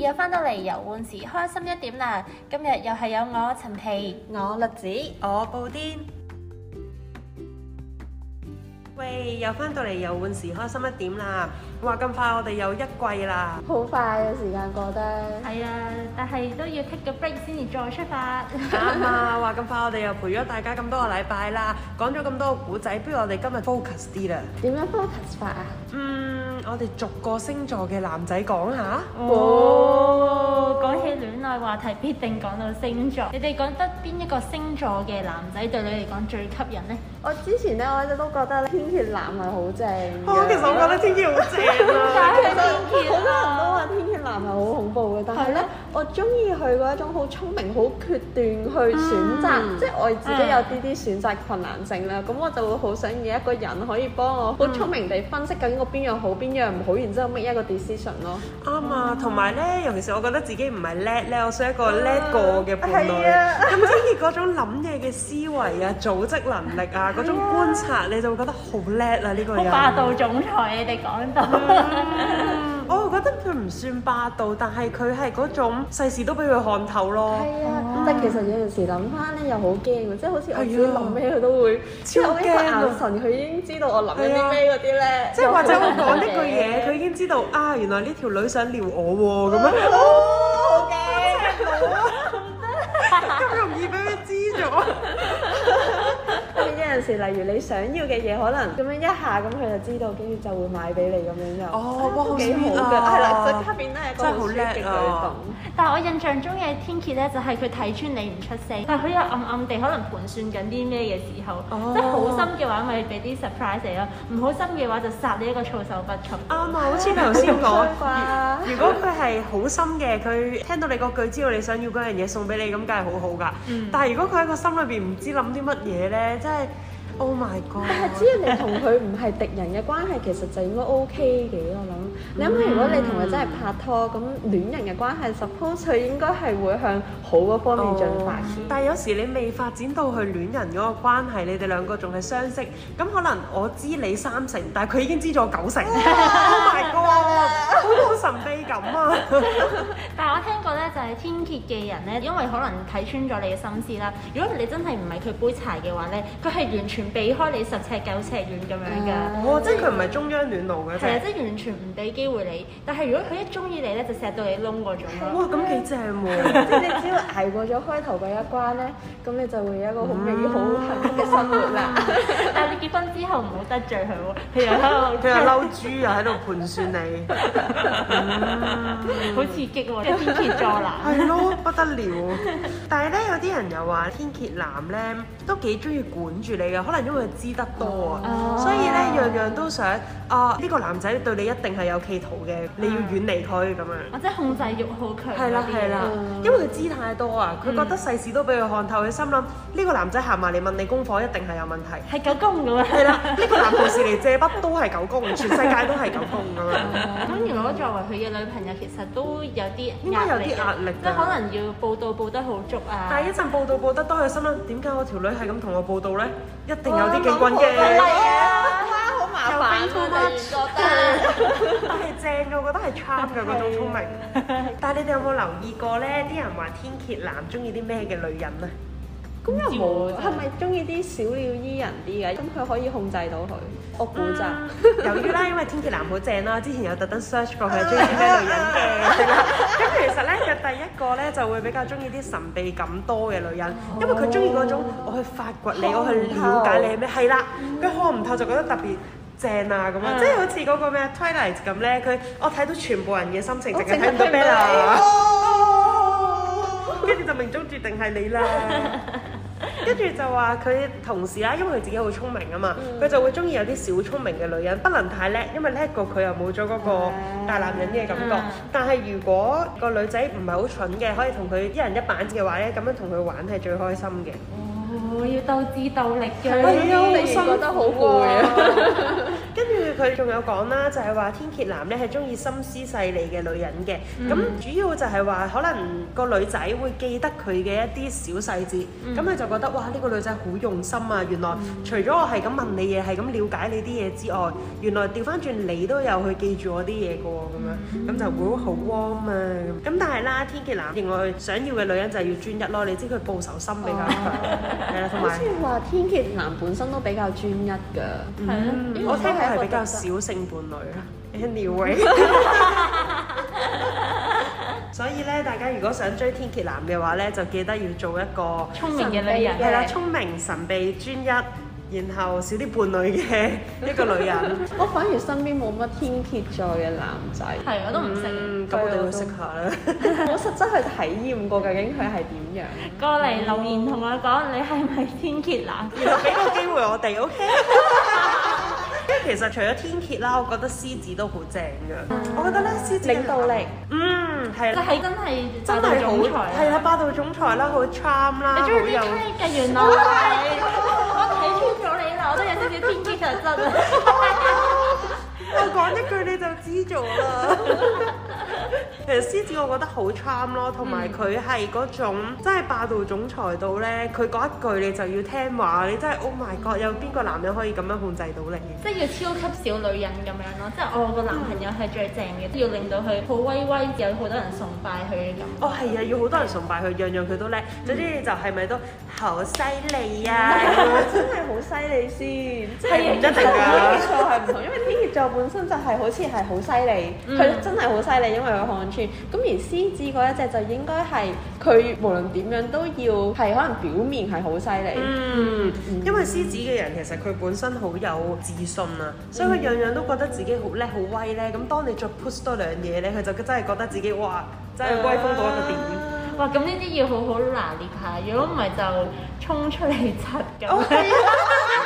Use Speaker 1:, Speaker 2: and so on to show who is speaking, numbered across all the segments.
Speaker 1: 又翻到嚟遊玩時，開心一點啦！今日又係有我陳皮，
Speaker 2: 我栗子，
Speaker 3: 我布甸。喂，又翻到嚟遊玩時開心一點啦！哇，咁快我哋又一季啦！
Speaker 2: 好快嘅時間過得。
Speaker 1: 係啊，但係都要 take 個 break 先至再出 發。
Speaker 3: 啱啊！話咁快我哋又陪咗大家咁多個禮拜啦，講咗咁多個古仔，不如我哋今日 focus 啲啦。
Speaker 2: 點樣 focus 法啊？
Speaker 3: 嗯，我哋逐個星座嘅男仔講下。
Speaker 1: 哦，講起戀愛話題，必定講到星座。你哋覺得邊一個星座嘅男仔對你嚟講最吸引 呢？
Speaker 2: 我之前咧，我一直都覺得咧天蠍男係好正嘅。
Speaker 3: 哦，其實我覺得天蠍好正
Speaker 1: 哎
Speaker 3: 啊！
Speaker 2: 其實好多人都話天蠍男係好恐怖嘅，但係咧，我中意佢嗰一種好聰明、好決斷去選擇，
Speaker 3: 嗯
Speaker 2: 即係我自己有啲啲選擇困難症啦。咁我就會好想要一個人可以幫我好聰明地分析究竟我邊樣好、邊樣唔好，然之後 make 一個 decision 咯。
Speaker 3: 啱啊，同埋咧，尤其是我覺得自己唔係叻咧，我想一個叻過我嘅伴侶。
Speaker 2: 係啊
Speaker 3: 咁天蠍嗰種諗嘢嘅思維啊、組織能力啊、嗰種觀察，你就會覺得好叻啊呢個
Speaker 1: 好
Speaker 3: 人。
Speaker 1: 霸道總裁，你哋講 到。
Speaker 3: 嗯我覺得佢唔算霸道，但係佢係嗰種世事都俾佢看透咯。
Speaker 2: 係啊，但其實有陣時諗翻咧又好驚喎，即係好似我自己
Speaker 3: 係啊
Speaker 2: 諗咩佢都會，即係我一
Speaker 3: 超
Speaker 2: 個
Speaker 3: 驚啊
Speaker 2: 眼神佢已經知道我諗緊啲咩嗰啲咧，
Speaker 3: 即係或者我 講
Speaker 2: 呢
Speaker 3: 一句嘢，佢已經知道啊，原來呢條女想撩我喎咁樣。哦，好驚！咁容易俾佢知咗。
Speaker 2: 咁有陣時例如你想要嘅嘢，可能咁樣一下咁佢就知道，跟住就會買俾你咁樣又，啊
Speaker 3: 哦哇好
Speaker 2: 幾好
Speaker 3: sweet
Speaker 2: 㗎，
Speaker 3: 啊
Speaker 2: 係啦，即刻變得係一個
Speaker 3: 真係
Speaker 2: 好
Speaker 3: 好
Speaker 2: sweet
Speaker 3: 叻啊
Speaker 2: 嘅舉動。
Speaker 1: 但係我印象中嘅天蠍咧，就係佢睇穿你唔出聲，但係佢又暗暗地可能盤算緊啲咩嘅時候，
Speaker 3: 哦
Speaker 1: 即係好心嘅話咪俾啲 surprise 你咯，唔好心嘅話就殺你一個措手不 及。
Speaker 3: 啱啊，好似你頭 先講
Speaker 2: 好傷，
Speaker 3: 如果佢係好心嘅，佢聽到你個句知道你想要嗰樣嘢送俾你，咁梗係好好㗎。但係如果佢喺個心裏邊唔知諗啲乜嘢咧，真係 Oh my God！
Speaker 2: 但係只要你同佢唔係敵人嘅關係，其實就應該 OK 嘅。我諗，你諗
Speaker 3: 嗯
Speaker 2: 下，如果你同佢真係拍拖，咁戀人嘅關係，suppose 佢應該係會向好嗰方面
Speaker 3: 哦
Speaker 2: 進發嘅。
Speaker 3: 但係有時你未發展到去戀人嗰個關係，你哋兩個仲係相識，咁可能我知你三成，但係佢已經知咗我九 成。Oh my god！好冇神秘感啊！
Speaker 1: 但係我聽過咧，就係天蠍嘅人咧，因為可能睇穿咗你嘅心思啦。如果你真係唔係佢杯柴嘅話咧，佢係完全避開你十尺九尺遠咁樣㗎。
Speaker 2: 啊
Speaker 3: 哦，即係佢唔係中央暖爐嘅
Speaker 1: 係啊，
Speaker 3: 啫。
Speaker 1: 即係完全唔俾機會你。但係如果佢一中意你咧，就錫到你窿嗰種 咯。
Speaker 3: 哇，咁幾正喎！
Speaker 2: 即係你只要捱過咗開頭嗰一關咧，咁你就會有一個好美好幸福嘅生活啦。
Speaker 1: 但係你結婚之後唔好得罪佢喎，佢又喺度
Speaker 3: 佢又嬲豬又喺度盤算 你，嗯
Speaker 1: 好刺激喎，一天蝎座男。
Speaker 3: 係咯，不得了。 但係咧，有啲人又話天蠍男咧都幾中意管住你嘅，可能因為佢知得多啊。所以咧，樣樣都想啊！呢、個男仔對你一定係有企圖嘅，你要遠離佢咁樣。
Speaker 1: 我即係控制欲好強。
Speaker 3: 係啦哦係啦，因為佢知太多啊，佢覺得世事都俾佢看透，佢心諗呢個男仔行埋嚟問你功課一定係有問題。
Speaker 1: 係狗公咁
Speaker 3: 係
Speaker 1: 樣。
Speaker 3: 啦，呢個男同事嚟借筆都係狗公，全世界都係狗公咁 樣。
Speaker 1: 咁如果作為佢嘅女朋友，其實都有啲
Speaker 3: 應該有啲壓力㗎
Speaker 1: 即係可能要報到報得好足啊。
Speaker 3: 但係一陣報道報得多，佢心諗點解我條女係咁同我報道呢？一定 有啲機關
Speaker 2: 係
Speaker 3: 嘅。
Speaker 2: 啊，哇，好麻煩啊！你覺 得？
Speaker 3: 但係正嘅，我覺得係 charm 嘅嗰種聰明。但係你哋有冇留意過呢？啲人話天蠍男中意啲咩嘅女人啊？
Speaker 2: 咁又冇，係咪中意啲小鳥依人啲嘅？咁佢可以控制到佢，我估咋？
Speaker 3: 嗯 由於啦，因為天蠍男好正啦，之前有特登 search 過佢 係中意啲咩女人嘅，係啦咁其實咧，佢第一個咧就會比較中意啲神秘感多嘅女人，因為佢中意嗰種我去發掘你，我去了解你係咩，係啦，佢看唔透就覺得特別。正啊咁樣，即係好似嗰個咩 Twilight 咁咧，佢我睇到全部人嘅心哦情，淨係睇唔到哦 Bella，跟住就命中注定係你啦。跟住就話佢同事啦，因為佢自己好聰明啊嘛，佢、就會中意有啲小聰明嘅女人，不能太叻，因為叻過佢又冇咗嗰個大男人嘅感覺。
Speaker 1: 嗯
Speaker 3: 但係如果個女仔唔係好蠢嘅，可以同佢一人一板嘅話咧，咁樣同佢玩係最開心嘅。
Speaker 1: 哦，要鬥智鬥力嘅。
Speaker 2: 係啊，你覺得好攰啊！
Speaker 3: 跟住佢佢仲有講啦，就係話天蠍男咧係中意心思細膩嘅女人嘅，咁、主要就係話可能個女仔會記得佢嘅一啲小細節，咁佢、就覺得哇呢、個女仔好用心啊！原來除咗我係咁問你嘢，係咁了解你啲嘢之外，原來調翻轉你都有去記住我啲嘢嘅喎，咁樣咁就會好 warm 啊！咁咁但係啦，天蠍男另外想要嘅女人就係要專一咯，你知佢報仇心比較強，係啦、同
Speaker 2: 好
Speaker 3: 埋
Speaker 2: 似。話天蠍男本身都比較專一㗎。
Speaker 1: 係啊
Speaker 3: 嗯
Speaker 1: 因為
Speaker 3: 我聽佢係比較小性伴侶啦。Anyway，所以咧，大家如果想追天蠍男嘅話咧，就記得要做一個
Speaker 1: 聰明嘅女人
Speaker 2: 神秘嘅
Speaker 3: 係啦，聰明、神秘、專一，然後少啲伴侶 嘅一個女人。
Speaker 2: 我反而身邊冇乜天蠍座嘅男仔，
Speaker 1: 係我都唔識。
Speaker 3: 嗯，咁我哋會識下啦。
Speaker 2: 我實質去體驗過究竟佢係點樣。
Speaker 1: 過嚟留言同我講，你係咪天蠍 男？
Speaker 3: 然後俾個機會我哋，OK？因為其實除咗天蠍啦，我覺得獅子都好正㗎。我覺得咧，獅子嘅
Speaker 2: 領導力，
Speaker 3: 嗯，係
Speaker 1: 就
Speaker 3: 啦，
Speaker 1: 係真係霸
Speaker 3: 真係
Speaker 1: 道
Speaker 3: 好
Speaker 1: 總裁啊
Speaker 3: 係啦，霸道總裁啦，好 charm 啦，
Speaker 1: 你
Speaker 3: 啊好
Speaker 1: 中意啲
Speaker 3: 有。
Speaker 1: cake 嘅原來，我睇穿咗你啦，我都有少少天蠍特質啊！
Speaker 3: 我講一句你就知咗啦。 其實獅子我覺得好 charm 咯，同埋佢
Speaker 1: 嗯
Speaker 3: 係嗰種真係霸道總裁到咧，佢講一句你就要聽話，你真係 oh my god，有邊個男人可以咁樣控制到你？
Speaker 1: 即係要超級小女人咁樣咯，即係我個男朋友係最正嘅，要令到佢好威威，有好多人崇拜佢嘅感覺。
Speaker 3: 哦，係啊，要好多人崇拜佢，樣樣佢都叻。
Speaker 1: 嗯
Speaker 3: 總之你就係咪都好犀利啊？咁樣
Speaker 2: 真係好犀利先，即
Speaker 3: 係唔一定㗎
Speaker 2: 天蠍座係唔同，因為天蠍座本身就係好似係好犀利，
Speaker 1: 嗯
Speaker 2: 佢真係好犀利，因為佢看穿。咁而獅子嗰一隻就應該係佢無論點樣都要係可能表面係好犀利，
Speaker 3: 嗯，因為獅子嘅人其實佢本身好有自信啊，所以佢樣樣都覺得自己好叻好威咧。咁當你再 push 多兩嘢咧，佢就真係覺得自己哇，真係威風到一個點。
Speaker 2: 啊
Speaker 1: 哇！咁呢啲要好好拿捏下，如果唔係就衝出嚟窒咁。
Speaker 3: 哦，係啊，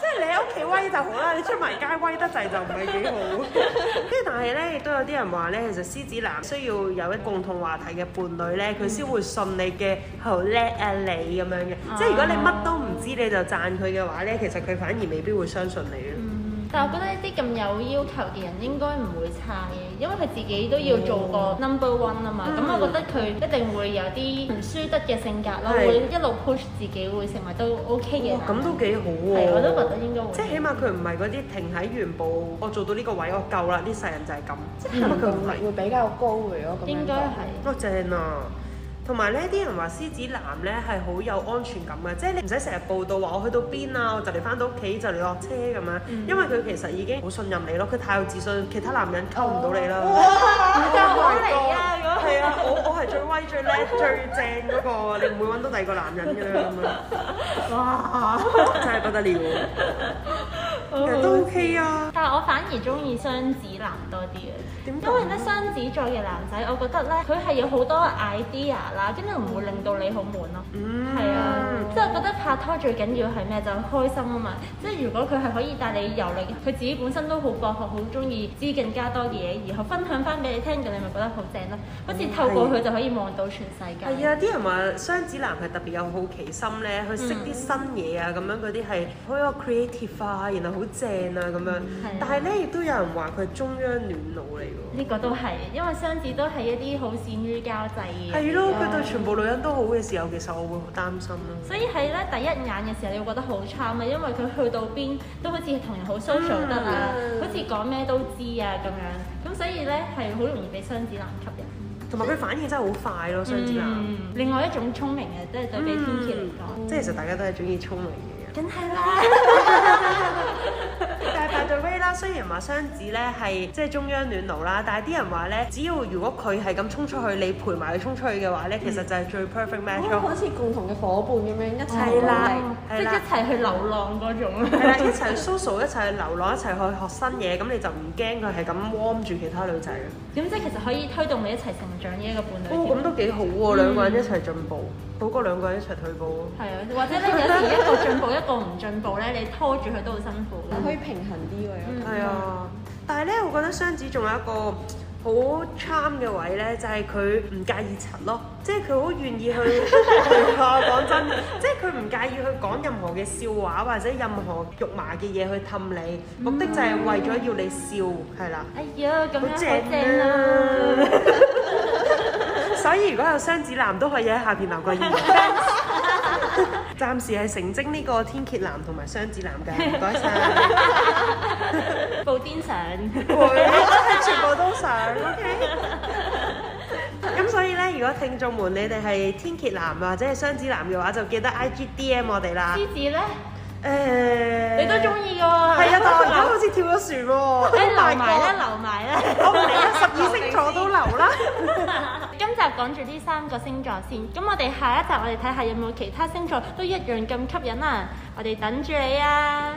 Speaker 3: 即係你喺屋企威就好啦，你出埋街威得滯就唔係幾好。 跟住但係咧，亦都有啲人話咧，其實獅子男需要有一共同話題嘅伴侶咧，佢先會信你嘅好叻啊你咁樣嘅。即係如果你乜都唔知你就讚佢嘅話咧，其實佢反而未必會相信你嘅。
Speaker 1: 嗯但係我覺得呢啲咁有要求嘅人應該唔會差嘅，因為佢自己都要做
Speaker 3: 嗯
Speaker 1: 個 number one 啊嘛。咁、我覺得佢一定會有啲唔輸得嘅性格咯，
Speaker 3: 係
Speaker 1: 會一路 push 自己，會成為都 OK 嘅人。
Speaker 3: 哦哇咁都幾好喎、
Speaker 1: 係我都覺得應該會
Speaker 3: 即係起碼佢唔係嗰啲停喺原步，我做到呢個位我夠啦，呢世人就係咁。
Speaker 1: 嗯
Speaker 3: 即係佢唔係，
Speaker 2: 會比較高嘅咯。咁樣
Speaker 1: 應該
Speaker 2: 講
Speaker 1: 係。
Speaker 3: 哇正啊！同埋呢啲人話獅子男呢係好有安全感嘅，即係你唔使成日報到話我去到邊啊，我就嚟翻到屋企就嚟落車咁樣，
Speaker 1: 嗯
Speaker 3: 因為佢其實已經好信任你咯，佢太有自信，其他男人溝唔到你啦。Oh
Speaker 1: 就我嚟哦啊！咁
Speaker 3: 係啊，我我係最威、最叻、最正嗰、個，你唔會揾到第二個男人嘅啦咁啊！ 哇，真係不得了，其實都 OK
Speaker 1: 哦
Speaker 3: 啊。
Speaker 1: 但係我反而中意雙子男多啲嘅，
Speaker 3: 點解
Speaker 1: 因為咧雙子座嘅男仔，我覺得咧佢係有好多 idea 啦，跟住唔會令到你好悶咯。
Speaker 3: 嗯，
Speaker 1: 係啊，即係我覺得拍拖最緊要係咩就係開心啊嘛！即係如果佢係可以帶你遊歷，佢自己本身都好博學，好中意知更加多嘅嘢，然後分享翻俾你聽嘅，你咪覺得好正咯。好似透過佢就可以望到全世界。
Speaker 3: 嗯啊係啊，啲人話雙子男係特別有好奇心咧，去識啲新嘢啊，咁樣嗰啲係好有 creative 啊，然後好正啊咁樣。但係咧，亦都有人話佢係中央暖腦嚟喎。
Speaker 1: 呢個都係，因為雙子都係一啲好善於交際嘅。
Speaker 3: 係咯，佢對全部女人都好嘅時候，其實我會好擔心咯。
Speaker 1: 所以係咧第一眼嘅時候，你會覺得好 charm 啊，因為佢去到邊都好似同人好 social 得啊，
Speaker 3: 嗯
Speaker 1: 好似講咩都知啊咁樣。咁所以咧係好容易俾雙子男吸引。
Speaker 3: 同埋佢反應真係好快咯，雙子男。
Speaker 1: 嗯另外一種聰明嘅，即係對比天
Speaker 3: 嗯
Speaker 1: 蠍嚟講，
Speaker 3: 即係其實大家都係中意聰明嘅人。
Speaker 1: 梗係啦。
Speaker 3: 但係 by the way 啦，雖然話雙子咧係即係中央暖爐啦，但係啲人話咧，只要如果佢係咁衝出去，你陪埋佢衝出去嘅
Speaker 1: 嗯
Speaker 3: 話咧，其實就係最 perfect match
Speaker 2: 哦
Speaker 3: 咯。
Speaker 2: 好似共同嘅伙伴咁樣一齊
Speaker 3: 係啦
Speaker 2: 努力
Speaker 1: 哦即係一齊去流浪嗰
Speaker 3: 係啦，
Speaker 1: 種。
Speaker 3: 一齊去 social，一齊去流浪，一齊去學新嘢，咁你就唔驚佢係咁 warm 住其他女仔啦。
Speaker 1: 咁 即係其實可以推動你一齊成長嘅一個伴
Speaker 3: 哦，
Speaker 1: 侶。
Speaker 3: 咁都幾好喎，兩個人一齊進步，好過兩個人一齊退步。
Speaker 1: 係啊，或者咧有時一個進步一個唔進步咧，你拖住佢都好辛苦嘅。
Speaker 2: 可以平衡啲嘅。
Speaker 1: 嗯
Speaker 3: 係啊，但係咧，我覺得雙子仲有一個好 charm 嘅位咧，就係佢唔介意柒咯，即係佢好願 意去係啊！講真，即係佢唔介意去講任何嘅笑話或者任何肉麻嘅嘢去氹你，目的就係為咗要你笑，係啦。
Speaker 1: 哎呀，咁樣
Speaker 3: 嗯好
Speaker 1: 好正
Speaker 3: 正
Speaker 1: 啊！
Speaker 3: 啊！所以如果有雙子男都可以喺下邊留 個言。暫時係成精呢個天蝎男同埋雙子男嘅，唔該 晒。
Speaker 1: 啊 布丁相，
Speaker 3: 會，全部都 想。OK。咁所以咧，如果聽眾們你哋係天蝎男啊或者係雙子男嘅話，就記得 IG DM 我哋啦。
Speaker 1: 獅子咧，
Speaker 3: 誒，
Speaker 1: 你
Speaker 3: 你
Speaker 1: 都中意嘅喎。
Speaker 3: 係 啊，但我而家好似跳咗船
Speaker 1: 誒
Speaker 3: 喎。Oh
Speaker 1: 留
Speaker 3: my
Speaker 1: 埋
Speaker 3: god！
Speaker 1: 啦，留埋啦。
Speaker 3: 我唔理啊，十二星座都留啦。
Speaker 1: 今集講住呢三個星座先，咁我哋下一集我哋睇下有冇其他星座都一樣咁吸引啊！我哋等住你啊！